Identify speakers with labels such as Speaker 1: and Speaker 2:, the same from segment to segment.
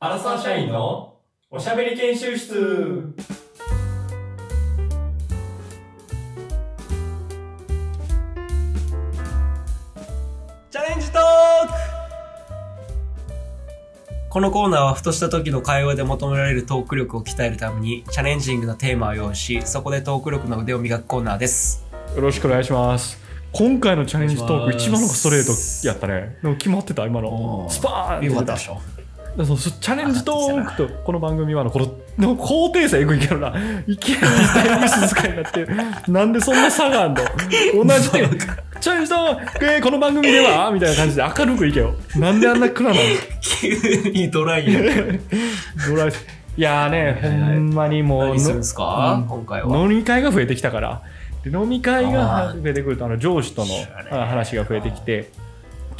Speaker 1: アラサー社員のおしゃべり研修室
Speaker 2: チャレンジトークこのコーナーはふとした時の会話で求められるトーク力を鍛えるためにチャレンジングなテーマを用意しそこでトーク力の腕を磨くコーナーです
Speaker 3: よろしくお願いします。今回のチャレンジトー
Speaker 2: お願い
Speaker 3: ク、
Speaker 2: し
Speaker 3: 一
Speaker 2: ます
Speaker 3: 番なんかストレートやったね。でも決まってた、今
Speaker 2: お
Speaker 3: の
Speaker 2: ー。
Speaker 3: スパーン
Speaker 2: よか
Speaker 3: 出
Speaker 2: ってた
Speaker 3: た
Speaker 2: で しょ
Speaker 3: だからそうチャレンジトークと、この番組はあの、この、でも高低差えぐいけどな。いきなりだいぶ静かになってる、なんでそんな差があんの同じで、チャレンジトーク、えーこの番組ではみたいな感じで明るくいけよ。なんであんな暗なの
Speaker 2: 急にドライに
Speaker 3: ドライいやーね、ほんまにもう、
Speaker 2: 何するんですか
Speaker 3: うん
Speaker 2: 今回は
Speaker 3: 飲み会が増えてきたからで飲み会
Speaker 2: あ
Speaker 3: が
Speaker 2: ー
Speaker 3: 増えてくるとあの上司との
Speaker 2: 知らねえ
Speaker 3: あ話が増えてきて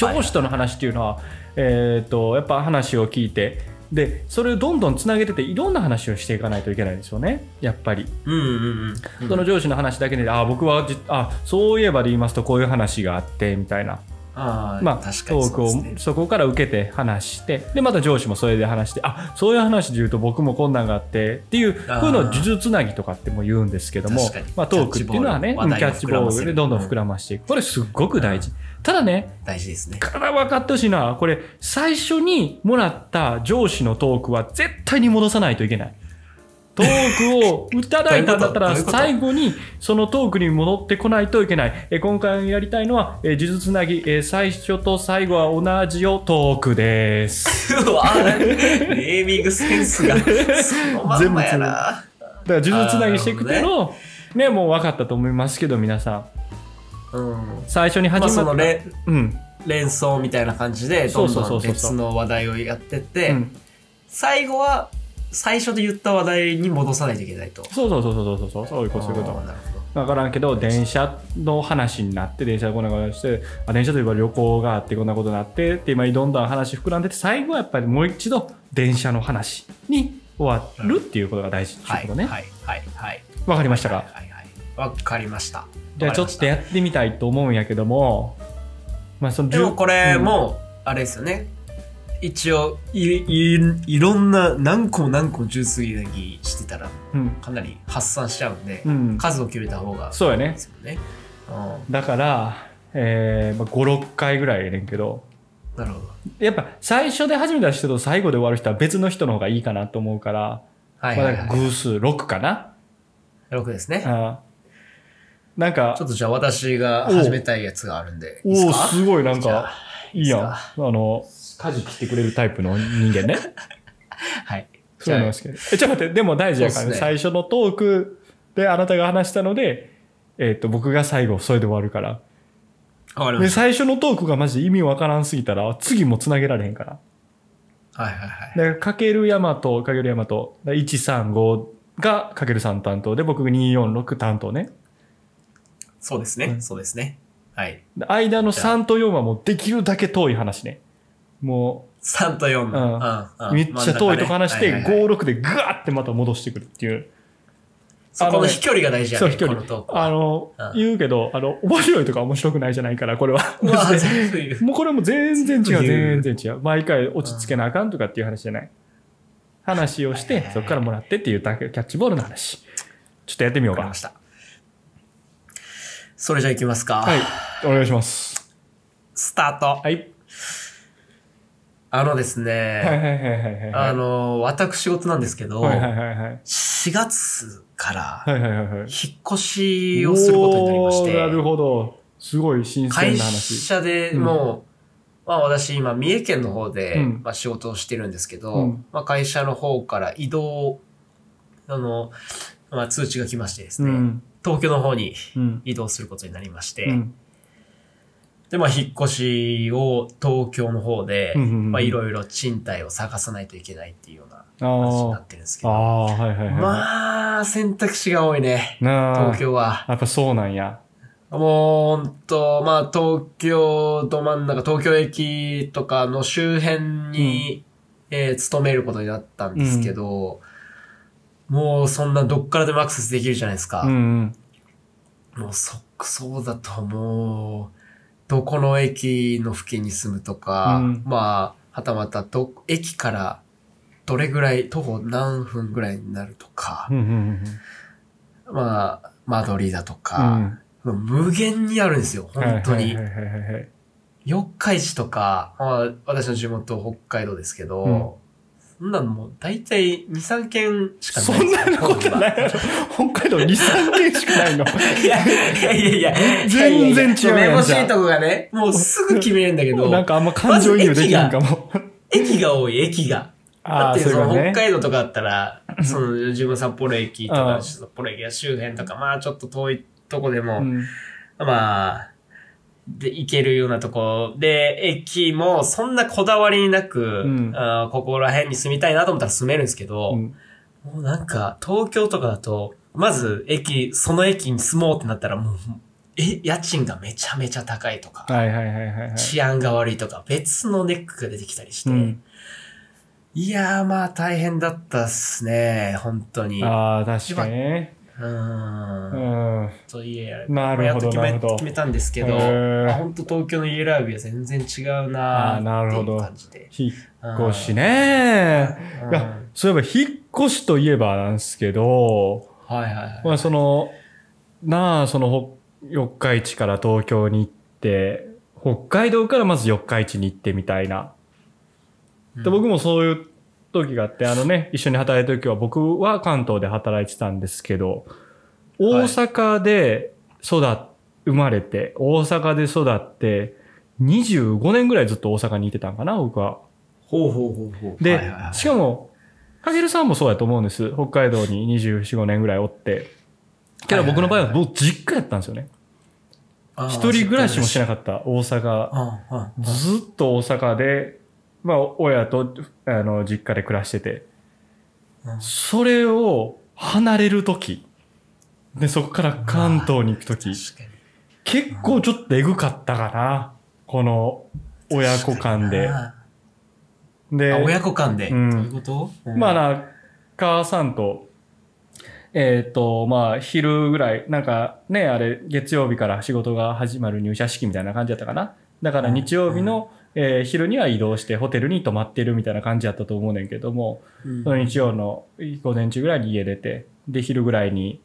Speaker 2: はい
Speaker 3: 上司との話っていうのは、えー、とやっぱ話を聞いてでそれをどんどんつなげてていろんな話をしていかないといけないですよねやっぱり、
Speaker 2: うんうんうん
Speaker 3: その上司の話だけであー僕はじあそういえばで言いますとこういう話があってみたいな
Speaker 2: あー
Speaker 3: まあ、
Speaker 2: 確か
Speaker 3: ト
Speaker 2: に
Speaker 3: ー
Speaker 2: そ
Speaker 3: ク
Speaker 2: う
Speaker 3: を
Speaker 2: です
Speaker 3: そ,、
Speaker 2: ね
Speaker 3: こから受けて話してでまた上司もそれで話してあそういう話で言うと僕もこんなんがあってっていうこう
Speaker 2: あー
Speaker 3: いうのを呪術つなぎとかっても言うんですけども
Speaker 2: 確かに、
Speaker 3: まあ、トークっていうのはね
Speaker 2: キ
Speaker 3: うんキ
Speaker 2: ャ
Speaker 3: ャ
Speaker 2: ッ
Speaker 3: ッ
Speaker 2: チ
Speaker 3: チ
Speaker 2: ボール
Speaker 3: ボ
Speaker 2: を
Speaker 3: ールでどんどん膨らましていくこれすっごく大事、ただね
Speaker 2: 大事ですね
Speaker 3: ただ分かってほしいなこれ最初にもらった上司のトークは絶対に戻さないといけないトークをいただいたんだった
Speaker 2: どう
Speaker 3: ら
Speaker 2: いうこと
Speaker 3: 最後にそのトークに戻ってこないといけない。えー今回やりたいのは、えー、呪術つなぎ、えー最初と最後は同じよトークです。
Speaker 2: うわーネーミングセンスがそのまんまやな
Speaker 3: だから呪術つなぎしていくけど、ね、もう分かったと思いますけど、皆さん。
Speaker 2: うん
Speaker 3: 最初に
Speaker 2: ま
Speaker 3: 始ま
Speaker 2: あ
Speaker 3: っ
Speaker 2: そ
Speaker 3: た、
Speaker 2: のね
Speaker 3: うん、
Speaker 2: 連想みたいな感じでどんどん別の話題をやってって、
Speaker 3: うん。
Speaker 2: 最後は最初で言った話題に戻さないといけないと。
Speaker 3: そうそうそうそうそうそう、そういうこと、そういうこと
Speaker 2: あー。なるほど
Speaker 3: わからんけど電車の話になって電車がこんなことしてあ電車といえば旅行があってこんなことになってって今どんどん話膨らんでて最後はやっぱりもう一度電車の話に終わるっていうことが大事っていう
Speaker 2: は
Speaker 3: こ
Speaker 2: い、
Speaker 3: とねわ、
Speaker 2: はい、はい、はい。
Speaker 3: かりましたか、
Speaker 2: はい、はい。わかりました。
Speaker 3: じゃあちょっとやってみたいと思うんやけどもまあその
Speaker 2: でもこれ
Speaker 3: うん
Speaker 2: も、あれですよね。一応いいいろんな何個も何個もジュース入ぎしてたら
Speaker 3: うん、
Speaker 2: かなり発散しちゃうんで、
Speaker 3: うん
Speaker 2: 数を決めた方が
Speaker 3: そうや
Speaker 2: いい
Speaker 3: ね
Speaker 2: ですよね。う
Speaker 3: だから、えーまあ、56回ぐらいやねんけど
Speaker 2: ん、なるほど。
Speaker 3: やっぱ最初で始めた人と最後で終わる人は別の人の方がいいかなと思うから、
Speaker 2: はい、はい、
Speaker 3: まあ、
Speaker 2: は
Speaker 3: 偶数6かな、
Speaker 2: い。6ですね。
Speaker 3: あーなんか
Speaker 2: ちょ、っとじゃあ私が始めたいやつがあるんで。いいです
Speaker 3: おお、
Speaker 2: か
Speaker 3: すごい、なん
Speaker 2: じゃ
Speaker 3: か
Speaker 2: あ、
Speaker 3: いいやん。
Speaker 2: いいっ
Speaker 3: あの、舵切ってくれるタイプの人間ね。
Speaker 2: はい。
Speaker 3: そうなんですけど。え、ちょっと待って、でも大事やからね。
Speaker 2: そうっす
Speaker 3: 最初のトークであなたが話したので、えっ、と、僕が最後、それで終わるから。
Speaker 2: わかりま
Speaker 3: で、
Speaker 2: し
Speaker 3: 最初のトークがマジで意味わからんすぎたら、次もつなげられへんから。
Speaker 2: た。はい、はい、はい。
Speaker 3: だから、かける山と、かける山と、135がかける3担当で、僕が246担当ね。
Speaker 2: そうです
Speaker 3: う
Speaker 2: ね、
Speaker 3: ん
Speaker 2: そうですね。はい。
Speaker 3: で間の3と4はもうできるだけ遠い話ね。もう、
Speaker 2: 3と4。う
Speaker 3: ん
Speaker 2: んうん
Speaker 3: めっちゃ遠いとこ話して、
Speaker 2: 真ん中ねはいはいはい
Speaker 3: 5、6でぐわーってまた戻してくるっていう。
Speaker 2: そこ
Speaker 3: あの
Speaker 2: の
Speaker 3: ね
Speaker 2: 飛距離が大事やね。
Speaker 3: そう飛距離
Speaker 2: このトークは
Speaker 3: あの、
Speaker 2: うん
Speaker 3: 言うけど、あの、面白いとか面白くないじゃないから、これは。
Speaker 2: う わ
Speaker 3: マジで
Speaker 2: 全部言う
Speaker 3: もうこれも全然
Speaker 2: 全部言
Speaker 3: 違
Speaker 2: う
Speaker 3: う、全然違う。毎回落ち着けなあかんとかっていう話じゃない。話をし
Speaker 2: はいはい
Speaker 3: て
Speaker 2: は、い
Speaker 3: そこからもらってっていうだけキャッチボールの話。ちょっとやってみよう
Speaker 2: わかり
Speaker 3: か
Speaker 2: ま。した。それじゃあ行きますか。
Speaker 3: はい。お願いします。
Speaker 2: スタート。
Speaker 3: はい。
Speaker 2: あのです
Speaker 3: はい
Speaker 2: ね、
Speaker 3: はいはいはいはい。
Speaker 2: あの、私事なんですけど、
Speaker 3: はいはいはいはい。
Speaker 2: 4月から
Speaker 3: はいはいはいはい。
Speaker 2: 引っ越しをすることになりまし
Speaker 3: おーなる
Speaker 2: て、
Speaker 3: ほど。すごい新鮮
Speaker 2: 会
Speaker 3: な話。
Speaker 2: 社でもう、まあ私今三重県の方で
Speaker 3: うん
Speaker 2: まあ仕事をしてるんですけ
Speaker 3: う
Speaker 2: ど
Speaker 3: ん、
Speaker 2: まあ会社の方から移動、あの、まあ通知が来ましてです
Speaker 3: う
Speaker 2: ね、
Speaker 3: ん。
Speaker 2: 東京の方に
Speaker 3: うん。
Speaker 2: 移動することになりまして、
Speaker 3: うん。
Speaker 2: で、まあ、引っ越しを東京の方で、
Speaker 3: うんうんうん
Speaker 2: まあ、いろいろ賃貸を探さないといけないっていうような
Speaker 3: あ
Speaker 2: 話に
Speaker 3: ー
Speaker 2: なってるんですけ
Speaker 3: あ
Speaker 2: ど、
Speaker 3: あ、はいはいはい。
Speaker 2: まあ、選択肢が多いね、
Speaker 3: なあ、
Speaker 2: 東京は。
Speaker 3: やっぱそうなんや。
Speaker 2: もう、ほんと、まあ、東京ど真ん中、東京駅とかの周辺に、えー勤めることになったんですけど、もう、そんなどっからでもアクセスできるじゃないですか。
Speaker 3: うんうん。
Speaker 2: もうそ、そうだともう、どこの駅の付近に住むとか、
Speaker 3: うん
Speaker 2: まあ、はたまたど、駅からどれぐらい、徒歩何分ぐらいになるとか
Speaker 3: う、んうん
Speaker 2: まあ、間取りだと
Speaker 3: うんう
Speaker 2: か、
Speaker 3: ん
Speaker 2: 無限にあるんですよ、本当に
Speaker 3: はい。はいはいはいはい
Speaker 2: 四日市とか、まあ、私の地元北海道ですけど、そんなのもう大体2、3軒しか
Speaker 3: そ
Speaker 2: ない。
Speaker 3: んなことないい やろ北海道2、3軒しかないの。
Speaker 2: いやいやいやいや。
Speaker 3: 全然違うやんじゃあ
Speaker 2: めぼしいとこがね、もうすぐ決めれんだけ
Speaker 3: なん
Speaker 2: ど、
Speaker 3: かあんま感情移入できんかも。
Speaker 2: 駅が多い、駅が。だ
Speaker 3: あ
Speaker 2: っ
Speaker 3: あ、
Speaker 2: て
Speaker 3: そういう
Speaker 2: そ
Speaker 3: こ
Speaker 2: の
Speaker 3: と
Speaker 2: 北
Speaker 3: ね。
Speaker 2: 海道とかだった ら、その自分札幌駅と
Speaker 3: う
Speaker 2: か、
Speaker 3: ん
Speaker 2: 札幌駅や周辺とか、まあちょっと遠いとこでも、
Speaker 3: うん
Speaker 2: まあ、で、行けるようなとこで、駅もそんなこだわりなく、
Speaker 3: うん
Speaker 2: あーここら辺に住みたいなと思ったら住めるんですけど、
Speaker 3: うん
Speaker 2: もうなんか、東京とかだと、まず駅、その駅に住もうってなったらもう、え、家賃がめちゃめちゃ高いとか、
Speaker 3: はいはいはいはいはい。
Speaker 2: 治安が悪いとか、別のネックが出てきたりして、
Speaker 3: うん
Speaker 2: いやーまあ大変だったっすね、本当に。う。
Speaker 3: ああ、確かにね。うんん。
Speaker 2: といえ、
Speaker 3: な
Speaker 2: まあや
Speaker 3: る
Speaker 2: っ
Speaker 3: ほ
Speaker 2: と
Speaker 3: ど、
Speaker 2: 決
Speaker 3: なる
Speaker 2: め
Speaker 3: ほど
Speaker 2: 決。めたんですけ
Speaker 3: へ
Speaker 2: ど、
Speaker 3: ー
Speaker 2: あ本当東京の家選びは全然違うな
Speaker 3: あー
Speaker 2: ー
Speaker 3: なる
Speaker 2: ってい
Speaker 3: ほ
Speaker 2: う
Speaker 3: ど
Speaker 2: 感じで。
Speaker 3: 引
Speaker 2: うん
Speaker 3: っ越しね。
Speaker 2: うん
Speaker 3: いや、そういえば、引っ越しといえばなんですけど、
Speaker 2: はいはいはい。
Speaker 3: まあ、その、なあ、その、北四日市から東京に行って、北海道からまず四日市に行ってみたいな。で、僕もそういう時があって、あのね、一緒に働いた時は、僕は関東で働いてたんですけど、大阪で育っ、生まれて、大阪で育って、25年ぐらいずっと大阪にいてたんかな、僕は。
Speaker 2: ほうほうほうほう。
Speaker 3: で、
Speaker 2: はいはいはい
Speaker 3: しかも、かげるさんもそうやと思うんです。北海道に24、5年ぐらいおって。けど僕の場合は、僕実家やったんですよね。
Speaker 2: あー
Speaker 3: 一人暮らしもしなかった、大阪。
Speaker 2: うんうんうん
Speaker 3: ずっと大阪で、まあ、親と、あの、実家で暮らしてて。
Speaker 2: うん
Speaker 3: それを離れるとき。で、そこから関東に行くとき。
Speaker 2: 確かに
Speaker 3: 結構ちょっとエグかったかな。この、親子間で。
Speaker 2: あ
Speaker 3: で、
Speaker 2: ーあ親子間で。ど
Speaker 3: う
Speaker 2: うんいうこと
Speaker 3: まあ
Speaker 2: あ、
Speaker 3: な、母さんと、えっ、と、まあ、昼ぐらい、なんかね、あれ、月曜日から仕事が始まる入社式みたいな感じだったかな。だから日曜日の、えー昼には移動してホテルに泊まってるみたいな感じだったと思うねんけども、
Speaker 2: うん
Speaker 3: その日曜の午前中ぐらいに家出て、で、昼ぐらいに、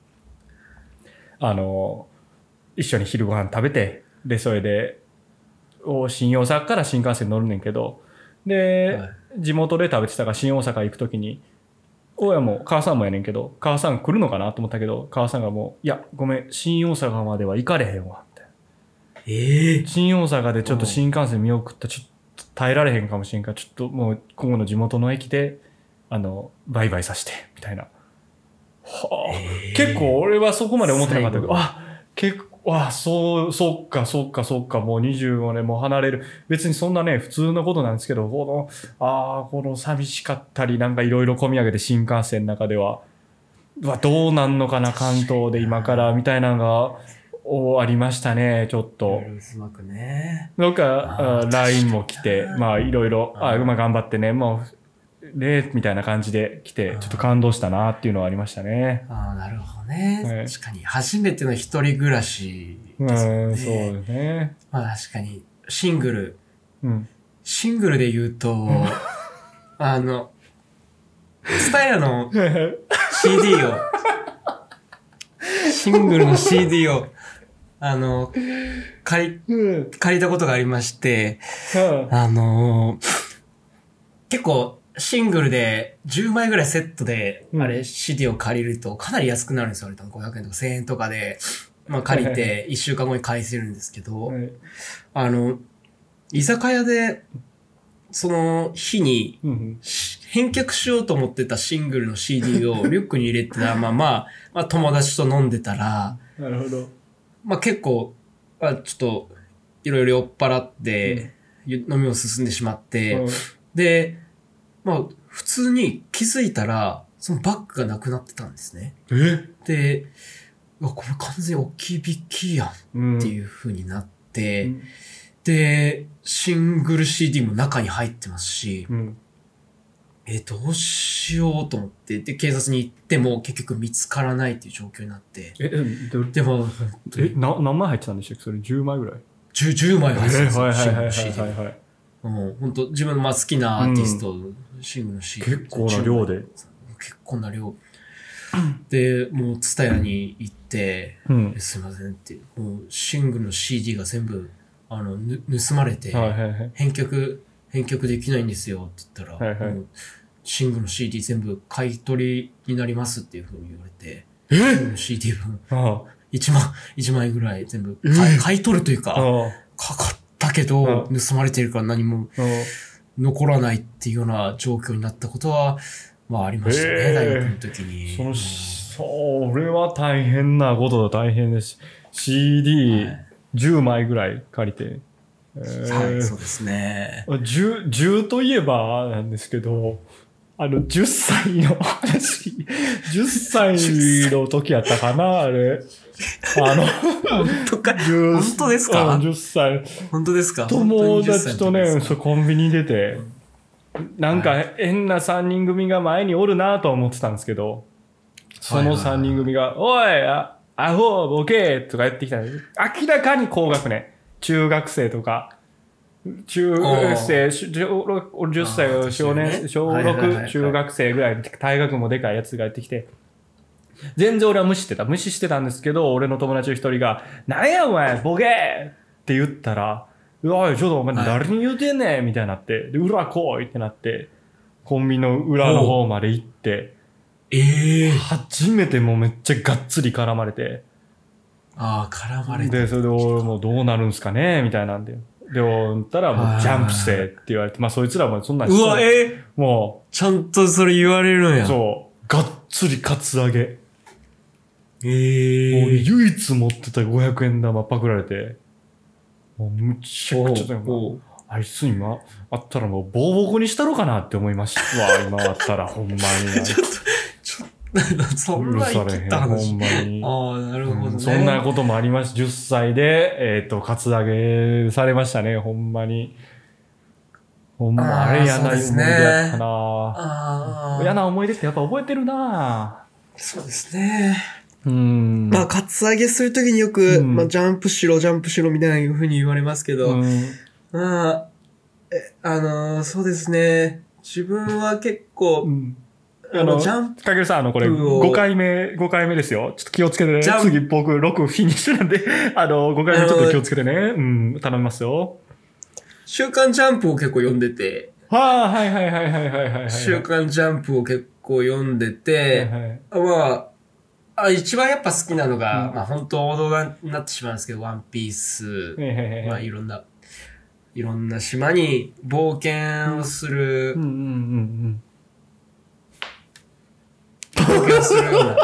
Speaker 3: あの、一緒に昼ご飯食べて、で、それで、お新大阪から新幹線乗るねんけど、で、
Speaker 2: はい
Speaker 3: 地元で食べてたから新大阪行くときに、親も母さんもやねんけど、母さん来るのかなと思ったけど、母さんがもう、いや、ごめん、新大阪までは行かれへんわ、みたいな。
Speaker 2: ええ。
Speaker 3: 新大阪でちょっと新幹線見送ったちょっと耐えられへんかもしれんからちょっともう今後の地元の駅であのバイバイさせてみたいな、はあ結構俺はそこまで思ってなかった
Speaker 2: 最
Speaker 3: けど
Speaker 2: 後
Speaker 3: あ結構あそうそっかそっかそっかもう25年もう離れる別にそんなね普通のことなんですけどこのああこの寂しかったりなんかいろいろ込み上げて新幹線の中ではうわどうなんのかな関東で今からみたいなのが。おありましたね、ちょっと。
Speaker 2: うまくね。
Speaker 3: なん
Speaker 2: あ
Speaker 3: か、
Speaker 2: ー
Speaker 3: あ LINE も来て
Speaker 2: 確か、に
Speaker 3: まあいろいろ、
Speaker 2: あ
Speaker 3: あ、
Speaker 2: ー
Speaker 3: まあ頑張ってね、もう、ね、みたいな感じで来
Speaker 2: あ
Speaker 3: て
Speaker 2: ー、
Speaker 3: ちょっと感動したなっていうのはありましたね。
Speaker 2: ああ、なるほど
Speaker 3: は
Speaker 2: ね
Speaker 3: い。
Speaker 2: 確かに、初めての一人暮らし
Speaker 3: う
Speaker 2: ですもん
Speaker 3: ん、
Speaker 2: ね。
Speaker 3: そうですね。
Speaker 2: まあ確かに、シングル。
Speaker 3: うん。
Speaker 2: シングルで言うと、あの、スタヤの CD を、シングルの CD を、あの、借り、
Speaker 3: うん
Speaker 2: 借りたことがありまして、あの結構、シングルで10枚ぐらいセットで、
Speaker 3: うん
Speaker 2: あれ CD を借りるとかなり安くなるんですよ、あれ多分500円とか1000円とかで、まあ借りて1週間後に返せるんですけど、あの、居酒屋で、その日に、
Speaker 3: うん
Speaker 2: し返却しようと思ってたシングルの CD をリュックに入れてたまあまあ、まあ友達と飲んでたら、
Speaker 3: なるほど。
Speaker 2: まあ結構、まあ、ちょっと、いろいろ酔っ払って、ゆ飲みを進んでしまって、で、まあ普通に気づいたら、そのバッグがなくなってたんですね。
Speaker 3: え
Speaker 2: で、うわこれ完全に置き引きやんっ
Speaker 3: うん
Speaker 2: ていう風になって、
Speaker 3: うん
Speaker 2: で、シングル CD も中に入ってますし、
Speaker 3: うん。
Speaker 2: え、どうしようと思って、で、警察に行っても結局見つからないっていう状況になって。
Speaker 3: え、ど
Speaker 2: でも、
Speaker 3: え、な何枚入ってたんでしたっけそれ10枚ぐらい。
Speaker 2: 10, 10枚入ってたんです
Speaker 3: は
Speaker 2: よ、
Speaker 3: いはい
Speaker 2: シング
Speaker 3: は
Speaker 2: ル CD
Speaker 3: いはいはいはい。
Speaker 2: うん、本当自分のまあ好きなアーティスト、シングルシー
Speaker 3: 結構な量で。
Speaker 2: 結構な量。で、もう、ツタヤに行って、
Speaker 3: うん
Speaker 2: え。すいませんって、もう、シングルの CD が全部、あの、ぬ盗まれて、
Speaker 3: はいはいはい。
Speaker 2: 返却、返却できないんですよって言ったら、
Speaker 3: はいはい
Speaker 2: もうシングルの CD 全部買い取りになりますっていうふうに言われて、シングルの CD 分
Speaker 3: あ
Speaker 2: 1万、一枚ぐらい全部
Speaker 3: え
Speaker 2: 買い買い取るという
Speaker 3: あ。あ
Speaker 2: か、
Speaker 3: あ。
Speaker 2: かかったけど、
Speaker 3: う
Speaker 2: 盗まれてるから何も
Speaker 3: ああ
Speaker 2: 残らないっていうような状況になったことは、まあありましたね、
Speaker 3: ええ
Speaker 2: 大学の時に。
Speaker 3: その
Speaker 2: う
Speaker 3: し、それは大変なことだ、大変です。CD10
Speaker 2: はい
Speaker 3: 枚ぐらい借りて。え
Speaker 2: ん
Speaker 3: ー
Speaker 2: はい、そうですね。
Speaker 3: あ 10, 10といえばなんですけど、あの、10歳の話、10歳の時やったかな、あれ。あの、
Speaker 2: とか、
Speaker 3: 10
Speaker 2: 本当ですか
Speaker 3: うん ?10 歳。
Speaker 2: 本当ですか
Speaker 3: 友達とね、そう
Speaker 2: う。
Speaker 3: コンビニ出て、なんか変な3人組が前におるなとは思ってたんですけど、その3人組が、おい、あアホ、ボケーとか言ってきたんです明らかに高学年。中学生とか、中学生、しゅ小六俺10歳
Speaker 2: あー
Speaker 3: を少
Speaker 2: 確かに
Speaker 3: 年、
Speaker 2: ね
Speaker 3: 小
Speaker 2: はいはいはいは
Speaker 3: 6、
Speaker 2: い
Speaker 3: 中学生ぐらい、大学もでかいやつがやってきて、全然俺は無視してた。無視してたんですけど、俺の友達の一人が、なんやお前、ボケーって言ったら、うわい、ちょっとお前
Speaker 2: はい
Speaker 3: 誰に言うてんねんみたいになって、で、裏来いってなって、コンビニの裏の方まで行って、
Speaker 2: ええ
Speaker 3: 初めてもうめっちゃがっつり絡まれて、
Speaker 2: ああ、絡まれて。
Speaker 3: で、それで俺もうどうなるんすかねみたいなんで。で、俺言ったらもうジャンプせえって言われて、まあそいつらもそんなん
Speaker 2: う
Speaker 3: して
Speaker 2: わ、えー
Speaker 3: も
Speaker 2: ちゃんとそれ言われるん
Speaker 3: う、
Speaker 2: や。
Speaker 3: そう、がっつりカツアゲ。
Speaker 2: え
Speaker 3: もう
Speaker 2: え
Speaker 3: 唯一持ってた500円玉パクられて、もうむちゃくちゃだよな
Speaker 2: おう
Speaker 3: あいつ今あったらもうボコボコにしたろかなって思いまし たわ、今あったらほんまに。
Speaker 2: おう そんな生きた
Speaker 3: ほ
Speaker 2: 話
Speaker 3: ん。まに。
Speaker 2: ああ、なるほど
Speaker 3: う
Speaker 2: ね。
Speaker 3: んそんなこともありました。10歳で、えっ、と、カツアゲされましたね、ほんまに。ほんま、
Speaker 2: あー
Speaker 3: あれ嫌な
Speaker 2: そう
Speaker 3: 思
Speaker 2: で
Speaker 3: い
Speaker 2: す
Speaker 3: 出
Speaker 2: ね
Speaker 3: やったな
Speaker 2: ああ。
Speaker 3: 嫌な思い出ってやっぱ覚えてるな
Speaker 2: そうですね。
Speaker 3: うん。
Speaker 2: まあ、カツアゲするときによく、
Speaker 3: うん
Speaker 2: まあ、ジャンプしろ、ジャンプしろみたいな風に言われますけど、
Speaker 3: うん
Speaker 2: まあ、え、あのーそうですね。自分は結
Speaker 3: う
Speaker 2: 構、
Speaker 3: ん
Speaker 2: あの、ジャンプ、
Speaker 3: かけるさん、あの、これ、
Speaker 2: うお
Speaker 3: 5回目、5回目ですよ。ちょっと気をつけてね。
Speaker 2: ジャン
Speaker 3: 次、僕、6フィニッシュなんで、 あの、5回目ちょっと気をつけてね。うん、頼みますよ。
Speaker 2: 週刊ジャンプを結構読んでて、
Speaker 3: はあ、はいはいはいはいはいはいはい。
Speaker 2: 週刊ジャンプを結構読んでて、
Speaker 3: はいはい
Speaker 2: まあ、あ、一番やっぱ好きなのが、
Speaker 3: うん
Speaker 2: まあ本当王道になってしまうんですけど、ワンピース、
Speaker 3: はいはいはい
Speaker 2: まあ
Speaker 3: はい。
Speaker 2: いろんな、いろんな島に冒険をする、
Speaker 3: うんうんうん
Speaker 2: 冒険をするような。
Speaker 3: うん。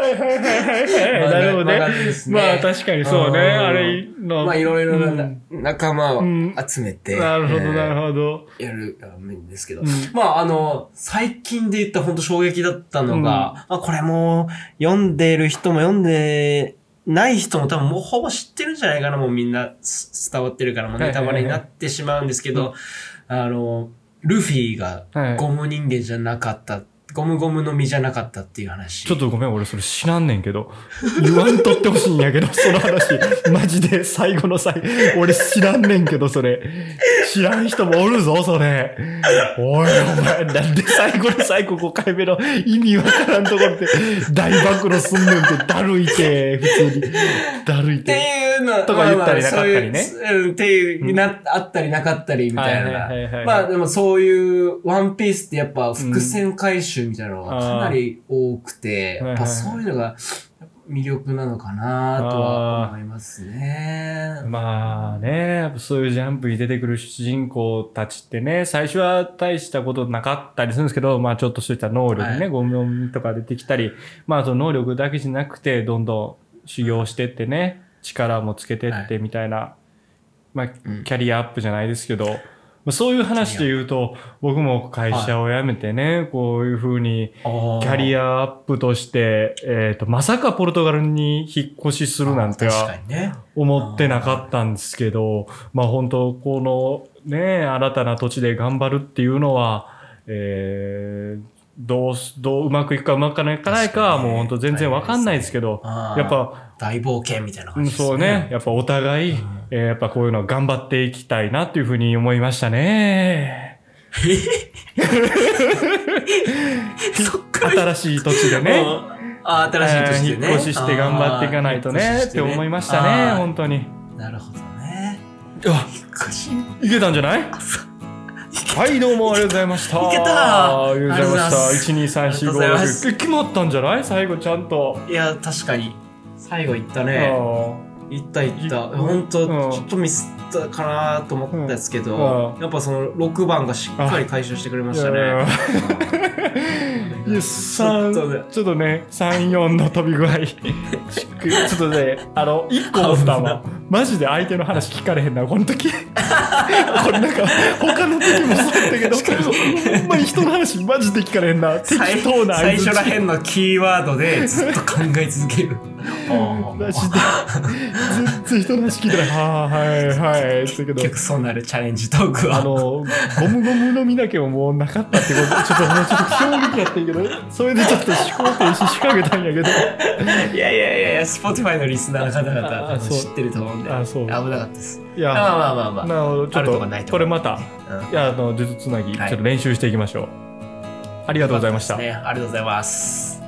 Speaker 3: はいはいはいはいはい。なるほど
Speaker 2: まあ
Speaker 3: ね。
Speaker 2: 流れですね
Speaker 3: まあ確かにそうね。
Speaker 2: うん
Speaker 3: あれの。
Speaker 2: まあいろいろ
Speaker 3: う
Speaker 2: なん仲間を
Speaker 3: うん
Speaker 2: 集めて、
Speaker 3: なるほど、な
Speaker 2: えー
Speaker 3: るほど。
Speaker 2: やるあもいいんですけど、
Speaker 3: うん
Speaker 2: まああの、最近で言った本当衝撃だったのが、
Speaker 3: うん
Speaker 2: まあこれもう読んでる人も読んでない人も多分もうほぼ知ってるんじゃないかな、もうみんなす伝わってるからもうネタバレになってしまうんですけど、あの、ルフィが
Speaker 3: はい
Speaker 2: ゴム人間じゃなかった、ゴムゴムの実じゃなかったっていう話。
Speaker 3: ちょっとごめん、俺それ知らんねんけど。言わんとってほしいんやけど、 その話。マジで最後の最後。俺知らんねんけど、それ。知らん人もおるぞ、それ。おい、お前、なんで最後の最後5回目の意味わからんところで大暴露すんねんって、だるいて、普通に。だるい
Speaker 2: って
Speaker 3: て。
Speaker 2: いうの
Speaker 3: とか言ったりなかったりね
Speaker 2: まあまあそういううんっていう、な、あったりなかったりみたい
Speaker 3: はいはいはいは
Speaker 2: な。
Speaker 3: い
Speaker 2: まあでもそういう、ワンピースってやっぱ伏線回収みたいなのがかなり多くて、
Speaker 3: うん
Speaker 2: やっぱそういうのが魅力なのかなとは思いますね。
Speaker 3: まあね、やっぱそういうジャンプに出てくる主人公たちってね、最初は大したことなかったりするんですけど、まあちょっとした能力ね、
Speaker 2: はい
Speaker 3: ゴミゴミとか出てきたり、まあその能力だけじゃなくて、どんどん修行してってね、力もつけてってみたいな、まあキ
Speaker 2: うん
Speaker 3: ャリアアップじゃないですけど、まあそういう話で言うと、僕も会社を辞めてね、こういうふうに
Speaker 2: キ
Speaker 3: キャリ
Speaker 2: ア
Speaker 3: アアップとして、えっ、と、まさかポルトガルに引っ越しするなんては
Speaker 2: 確かにね。
Speaker 3: 思ってなかったんですけど、まあ本当このね、新たな土地で頑張るっていうのは、えーどうす、どううまくいくかうまくいかないかないかは
Speaker 2: 確かに
Speaker 3: もう本当全然わかんないですけど、
Speaker 2: あー
Speaker 3: やっぱ、
Speaker 2: 大冒険みたいな
Speaker 3: う
Speaker 2: 感
Speaker 3: ん
Speaker 2: じですね。
Speaker 3: そうね、。 やっぱお互い、えーやっぱこういうの頑張っていきたいなっていうふうに思いましたね。
Speaker 2: そっから
Speaker 3: 新しい土地でね。
Speaker 2: あー新しい年でね。
Speaker 3: えー引っ越しして頑張っていかないと
Speaker 2: あー
Speaker 3: ね
Speaker 2: 引
Speaker 3: っ
Speaker 2: して
Speaker 3: 思いました
Speaker 2: あ
Speaker 3: ね
Speaker 2: ー
Speaker 3: 本当に
Speaker 2: なるほどね。
Speaker 3: あ
Speaker 2: 引っ越し。
Speaker 3: いけたんじゃないはいどうもありがとうございました
Speaker 2: いけた
Speaker 3: ありがとうございま
Speaker 2: あり
Speaker 3: し
Speaker 2: がとう
Speaker 3: た
Speaker 2: ありがとうございます
Speaker 3: 12345え決まったんじゃない最後ちゃんと、
Speaker 2: いや、確かに。最後行った
Speaker 3: あ
Speaker 2: ね。
Speaker 3: ー
Speaker 2: 行った行った。
Speaker 3: うん
Speaker 2: 本
Speaker 3: う
Speaker 2: 当
Speaker 3: ん
Speaker 2: ちょっとミスったかなと思ったんですけ
Speaker 3: うん
Speaker 2: ど
Speaker 3: う、
Speaker 2: やっぱその6番がしっかり回収してくれました
Speaker 3: いや
Speaker 2: ね。
Speaker 3: いや三
Speaker 2: ちょっとね
Speaker 3: ちょっとね34の飛び 具合しっくりちょっとねあの1個思ったわマジで相手の話聞かれへんなこ の時これなんか他の時もそうだったけどほんまに人の話マジで聞かれへんな適
Speaker 2: 最
Speaker 3: 当な
Speaker 2: 最
Speaker 3: 相
Speaker 2: 初
Speaker 3: 槌
Speaker 2: らへんのキーワードでずっと考え続ける。
Speaker 3: マジで全然人の話聞いてないはあはいはいだけ
Speaker 2: 結
Speaker 3: ど
Speaker 2: 局そうなるチャレンジトーク
Speaker 3: あ
Speaker 2: は。
Speaker 3: のゴムゴムの実だけももうなかったってことちょっともうちょっと衝撃やってんけどそれでちょっと思考停止しかけたんやけど
Speaker 2: いやいやいやいや、Spotify のリスナーの方々
Speaker 3: あ
Speaker 2: 多
Speaker 3: そう
Speaker 2: 分知ってると思うんで、
Speaker 3: あ
Speaker 2: 危
Speaker 3: そう
Speaker 2: なかったです。
Speaker 3: いや
Speaker 2: まあまあまあまあ。
Speaker 3: なるほど、ちょ
Speaker 2: あ
Speaker 3: っ
Speaker 2: る
Speaker 3: と
Speaker 2: とかないとか
Speaker 3: これまた、
Speaker 2: うん
Speaker 3: いや、あの、呪術つなぎ、
Speaker 2: はい
Speaker 3: ちょっと練習していきましょう。ありがとうございました。
Speaker 2: ね、ありがとうございます。